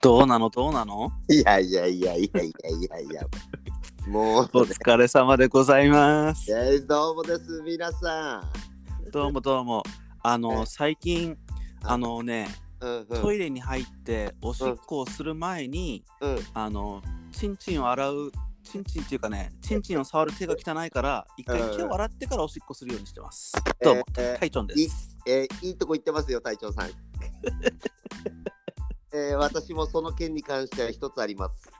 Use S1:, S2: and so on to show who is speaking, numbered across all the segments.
S1: どうなのどうなの
S2: いやいやいやいやいやいやいや。もう、
S1: お疲れ様でございます。
S2: えーどうもです、皆さん。
S1: どうもどうも。あ
S2: え
S1: の、最近、あのね、
S2: うんう
S1: ト
S2: ん
S1: イレに入っておしっこをする前に、
S2: うん、
S1: あの、チンチンを洗う、チンチンっていうかね、チンチンを触る手が汚いから、一回
S2: うん
S1: 手を洗ってからおしっこするようにしてます。どうも、
S2: えー
S1: タイチョンで
S2: い
S1: す。
S2: えーいいとこ言ってますよ、隊長さん。 えー私もその件に関しては一つあります。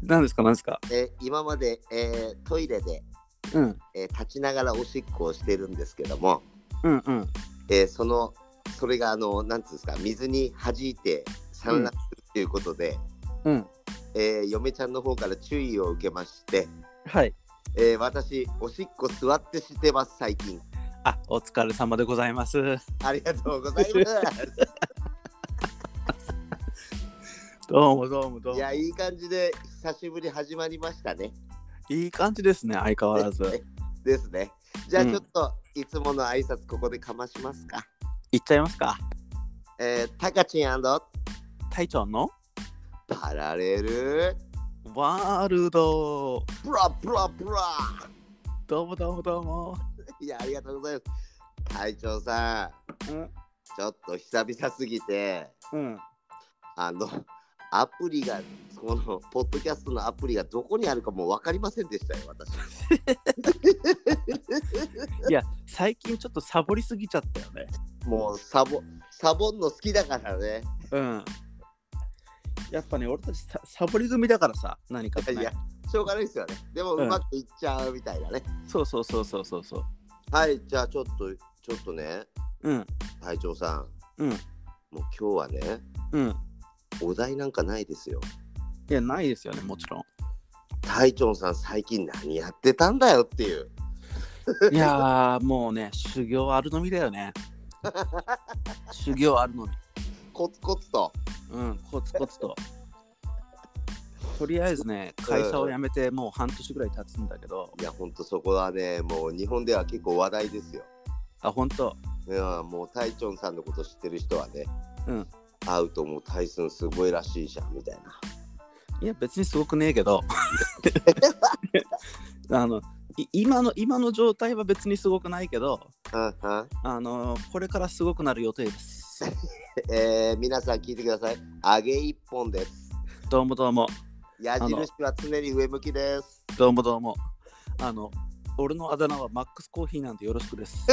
S1: 何ですか何ですか
S2: えー今まで、えートイレで、
S1: うん、
S2: えー立ちながらおしっこをしてるんですけども、
S1: うん、うん。
S2: えーその、それが、あの、なんつうんですか、水に弾いて散乱するっていうことで、
S1: うん。
S2: えー嫁ちゃんの方から注意を受けまして、
S1: はい。
S2: えー私、おしっこ座ってしてます、最近。
S1: あ、お疲れ様でございます。
S2: ありがとうござ います。
S1: どうもどうもどう
S2: い
S1: も。
S2: や、いい感じで久しぶり始まりましたね。
S1: いい感じですね、相変わらず。
S2: ですね。じゃあ
S1: うん
S2: ちょっと、いつもの挨拶ここでかましますか。
S1: いっちゃいますか
S2: えー、タカチン
S1: タイチョンの
S2: パラレル
S1: ワールド
S2: ブラブラブラ
S1: どうもどうもどうも。
S2: いや、ありがとうございます。隊長さん、
S1: うん。
S2: ちょっと久々すぎて、
S1: うん。
S2: あの、アプリが、このポッドキャストのアプリがどこにあるかもう分かりませんでしたよ、私。
S1: いや、最近ちょっとサボりすぎちゃったよね。
S2: もうサボ、サボんの好きだからね。
S1: うん。やっぱね、俺たちササボり組だからさ、何か、ね、
S2: いや、しょうがないですよね。でも、
S1: うん
S2: うまくいっちゃうみたいなね。
S1: そうそうそうそうそうそう。
S2: はい、じゃあ、ちょっと、ちょっとね、
S1: うん。
S2: 隊長さん、
S1: うん。
S2: もう今日はね、
S1: うん。
S2: お題なんかないですよ。
S1: いや、ないですよね、もちろん。
S2: 隊長さん、最近何やってたんだよっていう。
S1: いやー、もうね、修行あるのみだよ ね。修行あるのみ。
S2: コツコツと。
S1: うん、コツコツと。とりあえずね、会社を辞めてもう半年ぐらい経つんだけど、
S2: いや、ほんとそこはね、もう日本では結構話題ですよ。
S1: あ、本当
S2: いやもう隊長さんのこと知ってる人はね、
S1: うん
S2: 会うともうタイスンすごいらしいじゃんみたいな。
S1: いや、別にすごくねえけど、あの、い今の、今の状態は別にすごくないけど、
S2: うんうん
S1: あの、これからすごくなる予定です。
S2: えー皆さん聞いてください。揚げ一本です。
S1: どうもどうも、
S2: 矢印は常に上向き です。
S1: どうもどうも。あの、俺のあだ名はマックスコーヒーなんでよろしくです。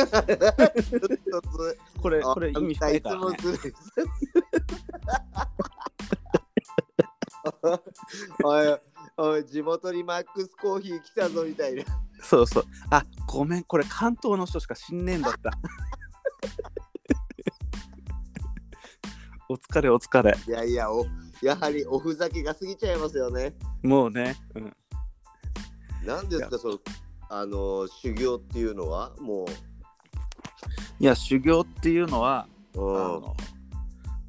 S1: これ、これ意味深いから、ね。
S2: おいおい地元にマックスコーヒー来たぞみたいな。
S1: そうそう。あ、ごめん、これ関東の人しか知んねえんだった。 お疲れお疲れ。
S2: いやいやおやはりおふざけが過ぎちゃいますよね。
S1: もうね、うん、
S2: なんですかそのあの修行っていうのはも
S1: いや修行っていうのは、
S2: う。
S1: あ
S2: うん
S1: の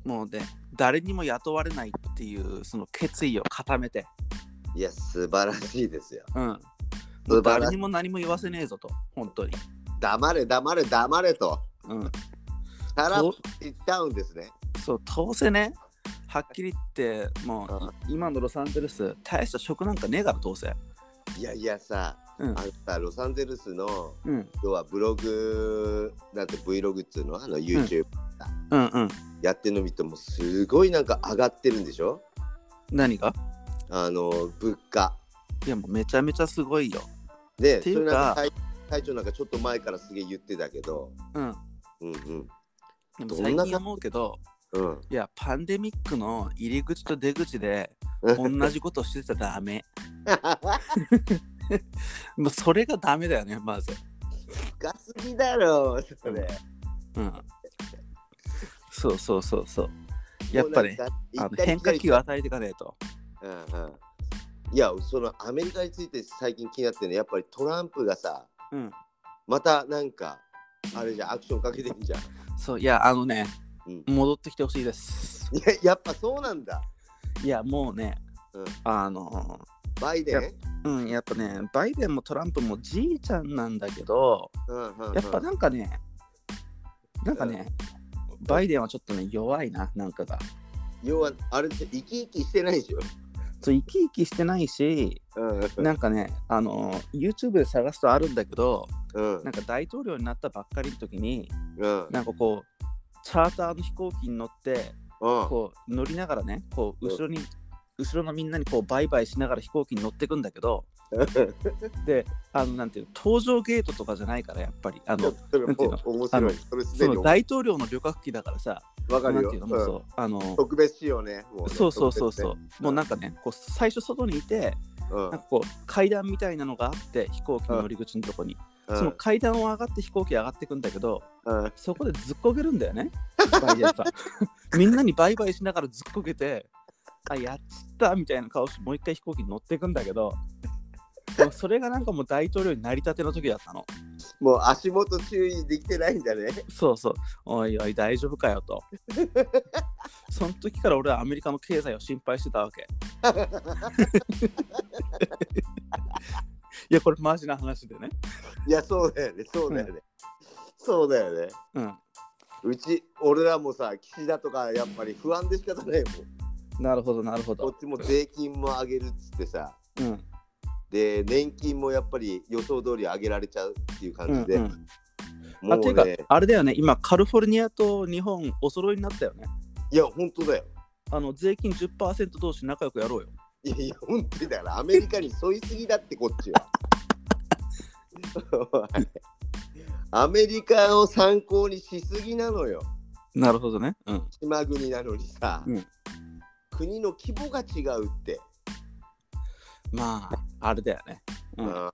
S1: もうね誰にも雇われないっていうその決意を固めて、
S2: いや素晴らしいですよ。
S1: うん、も
S2: 素
S1: う
S2: 晴ら
S1: 誰
S2: し
S1: に
S2: い。
S1: も何も言わせねえぞと本当に、
S2: 黙れ黙れ黙れと。
S1: うん、
S2: さらっ
S1: と
S2: と言っちゃうんですね。
S1: そうどうせねはっきり言っても
S2: うん
S1: う今のロサンゼルス大した職なんかねえからどうせ、
S2: いやいやさ、
S1: うん
S2: あんたロサンゼルスの
S1: うん、
S2: 要はブログなんて Vlog っつうのあの YouTube
S1: うんうん
S2: やってるの見てもすごいなんか上がってるんでしょ
S1: 何が
S2: あの物価
S1: いやもうめちゃめちゃすごいよ、
S2: で
S1: っていうか
S2: それなん隊長なんかちょっと前からすげえ言ってたけど
S1: うん、
S2: うんうん
S1: でも
S2: どんな感
S1: 最
S2: じ
S1: 近思うけど
S2: うん
S1: いやパンデミックの入り口と出口 で同じことしてちゃダメもうそれがダメだよね、まず。
S2: 深すぎだろそれ
S1: うん。そうそうそうそう。やっぱり、
S2: もう
S1: あ
S2: なん
S1: の
S2: か
S1: 変化球を与えていかねえと。
S2: うんうんいやそのアメリカについて最近気になってるのはやっぱりトランプがさ
S1: うん。
S2: またなんかあれじゃんアクションかけてんじゃん、
S1: そう、いや、あのね、
S2: うん、
S1: 戻ってきてほしいです。
S2: いややっぱそうなんだ
S1: いや、もうね、
S2: うん
S1: あの、
S2: バイデ
S1: いや
S2: ン
S1: うん、やっぱね、バイデンもトランプもじいちゃんなんだけど、
S2: うんうんうん
S1: やっぱなんかね、なんかね、バイデンはちょっとね、弱いな、なんかが。
S2: 要は、あれって生き生きしてないでしょ。
S1: そう生き生きしてないし、
S2: うん。
S1: なんかね、あの、YouTube で探すとあるんだけど、
S2: うん
S1: なん。か大統領になったばっかりの時に、
S2: うん。
S1: なんかこう、チャーターの飛行機に乗って、
S2: うん。
S1: こう、乗りながらね、こう、
S2: うん
S1: 後ろに、後ろのみんなにこう、バイバイしながら飛行機に乗ってくんだけ ど、で、あの、なんていうの、搭乗ゲートとかじゃないから、やっぱり、あの、
S2: それもう面白い。それすで
S1: そ
S2: に
S1: の大統領の旅客機だからさ、
S2: わか
S1: な
S2: る
S1: ん
S2: よ
S1: ていう。の、もうそうう、あの
S2: ん、特別仕様ね。もね
S1: そうそうそうそう、もうなん
S2: か、
S1: かね、こう最初外にいて、
S2: うん
S1: なんかこう階段みたいなのがあって、飛行機の乗り口のとこに、
S2: うん
S1: その階段を上がって飛行機上がっていくんだけど、
S2: うん
S1: そこでずっこけるんだよね、バイデンさん みんなにバイバイしながらずっこけて、あ、やっちったみたいな顔して、もう一回飛行機に乗っていくんだけど、もうそれがなんかもう大統領になりたての時だったの。
S2: もう足元注意できてないんだね。
S1: そうそう、おいおい、大丈夫かよと。その時から俺はアメリカの経済を心配してたわ け。いや、これマジな話でね。
S2: いや、そうだよね。そうだよね。そうだよね。
S1: うん。
S2: うち、俺らもさ、岸田とかやっぱり不安で仕方ないもん。
S1: なるほど、なるほ
S2: こ
S1: ど
S2: っ。ちも税金も上げるっつってさ。
S1: うん。
S2: で、年金もやっぱり予想通り上げられちゃうっていう
S1: うん
S2: 感じで。
S1: うん、あ
S2: も
S1: ていううか
S2: ね、、
S1: あれだよね、今、カリフォルニアと日本、お揃いになったよね。
S2: いや、本当だよ。
S1: あの税金10%同士仲良くやろうよ。
S2: いやいや、本当だからアメリカに沿いすぎだって、こっちは。 おいアメリカを参考にしすぎなのよ。
S1: なるほどね。うん。
S2: 島国なのにさ、
S1: うん
S2: 国の規模が違うって。
S1: まあ、あれだよね。う。
S2: うんん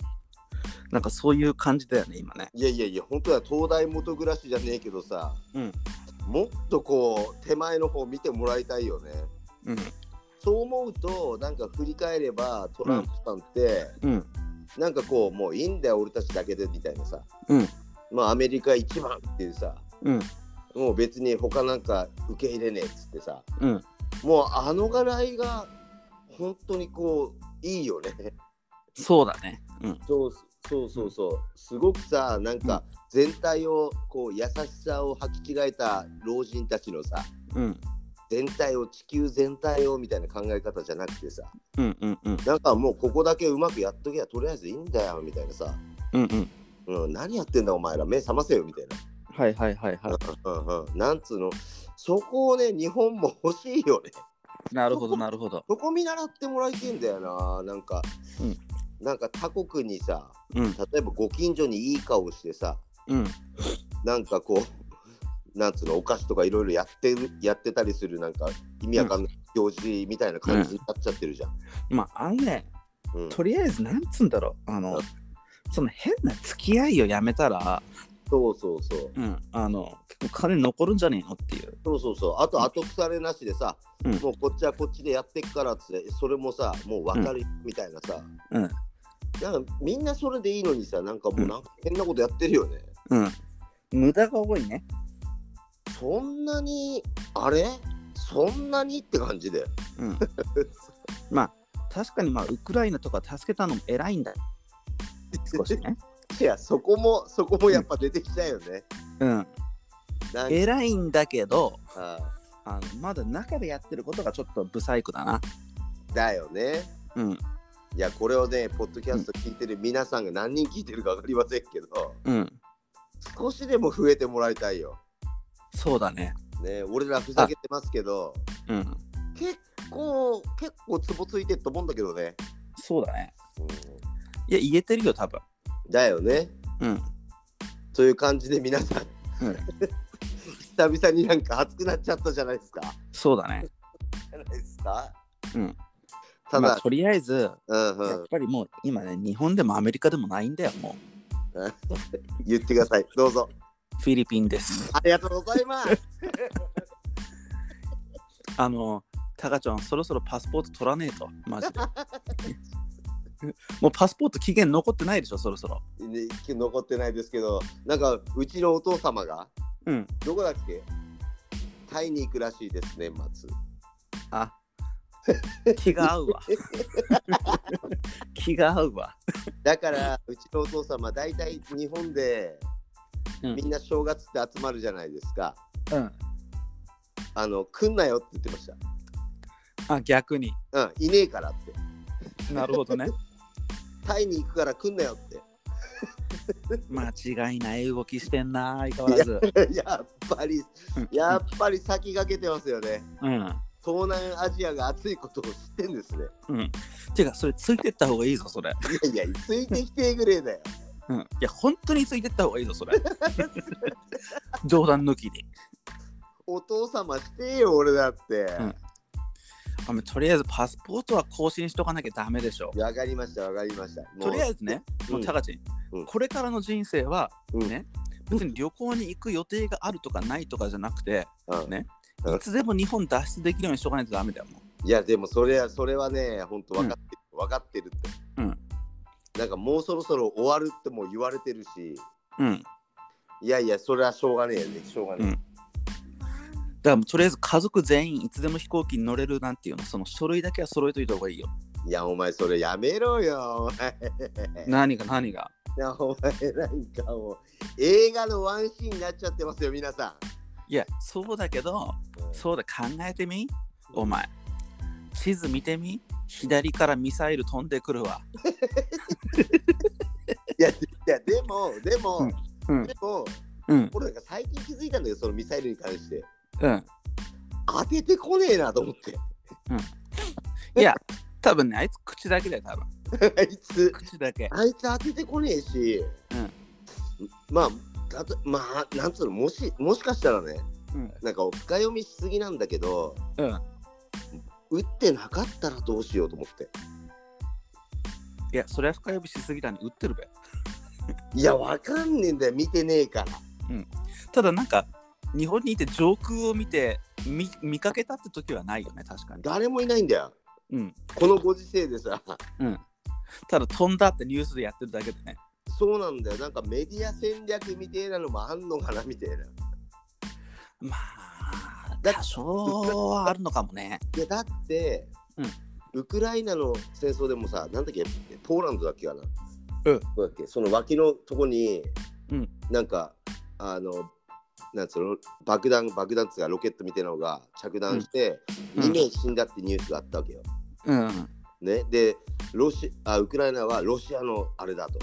S1: なんかそういう感じだよね、今ね。
S2: いやいやいや、本当は東大元暮らしじゃねえけどさ、
S1: うん
S2: もっとこう、手前の方見てもらいたいよね。
S1: うん。
S2: そう思うと、なんか振り返れば、トランプさんって、
S1: うん。
S2: なんかこう、もういいんだよ、俺たちだけでみたいなさ、
S1: うん。
S2: まあ、アメリカ一番っていうさ、
S1: うん。
S2: もう別に他なんか受け入れねえっつってさ、
S1: うん。
S2: もうあのがらいが、本当にこう、いいよね。
S1: そうだね。うん。
S2: そうそうそうそう、すごくさ、なんか全体をこう優しさを履き違えた老人たちのさ、
S1: うん。
S2: 全体を、地球全体をみたいな考え方じゃなくてさ、
S1: うんうんうん。
S2: なんかもうここだけうまくやっときゃとりあえずいいんだよみたいなさ、
S1: うんうん。
S2: うん、何やってんだお前ら、目覚ませよみたいな。
S1: はいはいはいは
S2: うんうん、なんつうの、そこをね、日本も欲しいよね。
S1: い。なるほどなるほど。
S2: そこ見習ってもらいてんだよな、なんか、
S1: うん
S2: なんか他国にさ、
S1: うん
S2: 例えばご近所にいい顔してさ、
S1: うん
S2: なんかこう、なんつうの、お菓子とかいろいろやってる、やってたりする、なんか意味わかんない行事みたいな感じになっちゃってるじゃん。
S1: まああのね
S2: うん
S1: とりあえずなんつうんだろうあのその変な付き合いをやめたら、
S2: そうそうそう。
S1: うん、あの結構金残るんじゃねえのっていう。
S2: そうそうそう。あと後腐れなしでさ、
S1: うん
S2: もうこっちはこっちでやってっからっつって、それもさ、もう分かるみたいなさ、
S1: うん
S2: なんかみんなそれでいいのにさ、なんかもうなんか変なことやってるよね。
S1: うん。無駄が多いね。
S2: そんなに、あれそんなにって感じで。
S1: うん。 まあ確かにまあウクライナとか助けたのも偉いんだ少し ね。
S2: いや、そこも、そこもやっぱ出てきちゃうよね。
S1: うん。
S2: なんか
S1: 偉いんだけど
S2: あ
S1: あのまだ中でやってることがちょっと不細工だな。
S2: だよね。
S1: うん
S2: いや、これをね、ポッドキャスト聞いてる皆さんが何人聞いてるか分かりませんけど、
S1: うん。
S2: 少しでも増えてもらいたいよ。
S1: そうだね。
S2: ね、俺らふざけてますけど、
S1: うん。
S2: 結構、結構ツボついてると思うんだけどね。
S1: そうだね。
S2: うん
S1: いや、言えてるよ、多分。
S2: だよね。
S1: うん。
S2: という感じで皆さん、
S1: うん
S2: 久々になんか熱くなっちゃったじゃないですか。
S1: そうだね。
S2: じゃないですか。
S1: うん。
S2: た
S1: まあ
S2: だ、
S1: とりあえず、
S2: うんう
S1: やっ
S2: ん、
S1: ぱりもう今ね、日本でもアメリカでもないんだよ、も
S2: 言ってください。どうぞ。
S1: う。フィリピンです。
S2: ありがとうございます。
S1: あの、タカちゃん、そろそろパスポート取らねえと、マ ジで。もうパスポート期限残ってないでしょ、そろそろ。
S2: ね残ってないですけど、なんかうちのお父様が、
S1: うん。
S2: どこだっけタイに行くらしいです、年末。
S1: あ、気が合うわ。気が合うわ。
S2: だから、うちのお父様、大体日本で、
S1: うん
S2: みんな正月って集まるじゃないですか。
S1: うん。
S2: あの、来んなよって言ってました。
S1: あ、逆に。
S2: うん、いねえからって。
S1: なるほどね。
S2: タイに行くから来んなよって。
S1: 間違いない動きしてんな、相変わらず。
S2: やっぱり、やっぱり先駆けてますよね。
S1: うん。
S2: 東南アジアが熱いことを知ってんですね。
S1: うん。てか、それついてった方がいいぞ、それ。
S2: いやいや、ついてきてぐらいだよ。
S1: うん。いや、本当についてった方がいいぞ、 それ。冗談抜きに。
S2: お父様してよ、俺だって。
S1: んあもうとりあえずパスポートは更新しとかなきゃダメでしょ。
S2: わ、かりました、わかりました。もう
S1: とりあえずね、もうタカチン、
S2: うん
S1: これからの人生は
S2: うん
S1: ね、別に旅行に行く予定があるとかないとかじゃなくて、
S2: うん
S1: ね
S2: うん
S1: いつでも日本脱出できるようにしとかないとダメだよ。も
S2: いや、でもそれは、それはね、本当分かってる、分かってるって。
S1: うん
S2: なんかもうそろそろ終わるってもう言われてるし、
S1: ううん。だか
S2: いやいや、それはしょうがねえよね、しょうがねえ。
S1: うんらもうとりあえず家族全員いつでも飛行機に乗れるなんていうの、その書類だけは揃えといた方がいいよ。
S2: いや、お前それやめろよ。お 前
S1: 何が何が。
S2: いや、お前なんかもう、映画のワンシーンになっちゃってますよ、皆さ
S1: いや、そうだけど、
S2: ん。
S1: そうだ、考えてみお前。地図見てみ左からミサイル飛んでくるわ。
S2: いや、いやでも、でも、
S1: うん
S2: でも、
S1: うん。
S2: 俺なんか最近気づいたんだけど、そのミサイルに関して。
S1: うん。
S2: 当ててこねえなと思って。
S1: いや、多分ね、あいつ口だけだよ、多分。
S2: あいつ、
S1: 口だけ。
S2: あいつ当ててこねえし、まあ、あとまあ、なんつうの、もし、もしかしたらね、
S1: うん。
S2: なんか深読みしすぎなんだけど、
S1: うん。
S2: 打ってなかったらどうしようと思って。
S1: いや、それは深呼びしすぎたに打ってるべ。
S2: いや、わかんねえんだよ、見てねえから。
S1: ただ、なんか、日本にいて上空を見て見、見かけたって時はないよね、確かに。
S2: 誰もいないんだよ。
S1: うん。
S2: このご時世でさ、
S1: うん。ただ、飛んだってニュースでやってるだけでね。
S2: そうなんだよ、なんかメディア戦略みてえなのもあんのかなみたいな。
S1: まあ、
S2: だ
S1: 多少はあるのかもね。
S2: いやだって、
S1: うん
S2: ウクライナの戦争でもさ、なんだっけ、ポーランドだっけかな、
S1: うん
S2: そうだっけその脇のとこに、
S1: うん
S2: なんか、あの、なんつうの爆弾、爆弾っつうかロケットみたいなのが着弾して、
S1: うん
S2: 2名死んだってニュースがあったわけよ。
S1: うん。
S2: ね、でロシあ、ウクライナはロシアのあれだと。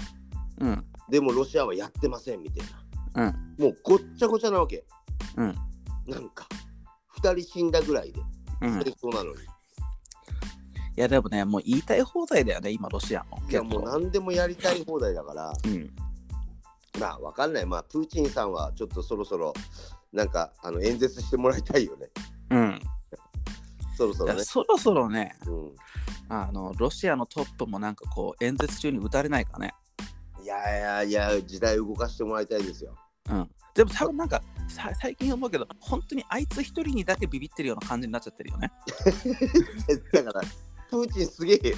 S1: うん。
S2: でもロシアはやってませんみたいな。
S1: うん
S2: もうごっちゃごちゃなわけ。
S1: うん
S2: なんか、2人死んだぐらいで、
S1: うん。い
S2: 戦争なのに。
S1: や、でもね、もう言いたい放題だよね、今、ロシアも。
S2: いやもう何でもやりたい放題だから、
S1: うん。
S2: まあわかんない、まあプーチンさんはちょっとそろそろなんかあの演説してもらいたいよね、
S1: うん。
S2: そろそ
S1: い
S2: ろ
S1: や
S2: ね。
S1: そろそろね、
S2: う
S1: あの、ロシアのトップもなんかこう、演説中に打たれないかね。
S2: ん、いやいやいや、時代動かしてもらいたいですよ。
S1: うん。でも多分なんか、さ最近思うけど、本当にあいつ一人にだけビビってるような感じになっちゃってるよね。
S2: えだから、プーチンすげえよ。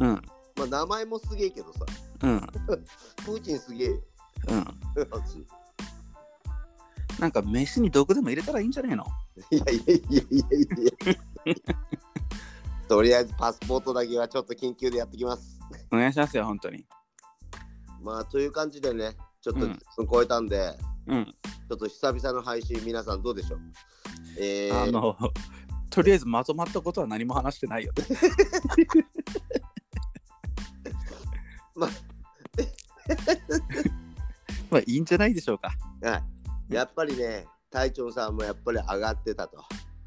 S1: うん。
S2: まあ名前もすげえけどさ、
S1: うん。
S2: プーチンすげえよ。
S1: うん。
S2: 私
S1: なんか飯に毒でも入れたらいいんじゃねえの
S2: いやいやいやいやいや。 とりあえずパスポートだけはちょっと緊急でやってきます。
S1: お願いしますよ、本当に。
S2: まあという感じでね、ちょっと
S1: うん
S2: 10分超えたんで。
S1: うん。
S2: ちょっと久々の配信、皆さんどうでしょうえ
S1: あ
S2: ー、
S1: の、 とりあえずまとまったことは何も話してないよね。
S2: ま
S1: まあいいんじゃないでしょうか。
S2: はい、やっぱりね、隊長さんもやっぱり上がってたと。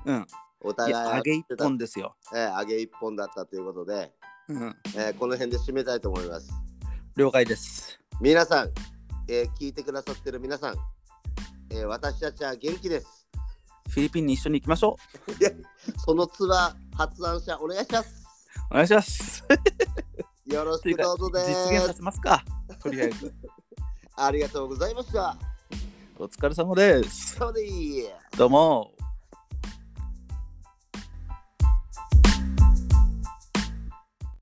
S1: うん。
S2: お
S1: い
S2: 互い
S1: や、
S2: 上
S1: 上げ一
S2: げた
S1: 本ですよ。
S2: えー上げ一本だったということで、
S1: うん。
S2: えーこの辺で締めたいと思います。
S1: 了解です。
S2: 皆さん、えー聞いてくださってる皆さん、えー私たちは元気です。
S1: フィリピンに一緒に行きましょ
S2: そのツアー発案者お願いします。
S1: う。お願いし ます。
S2: よろし
S1: という
S2: く
S1: か
S2: どうぞで
S1: 実現さ
S2: す。
S1: せますか。とりあえず。
S2: ありがとうございました。
S1: お疲れ様です。
S2: そうです
S1: どうも。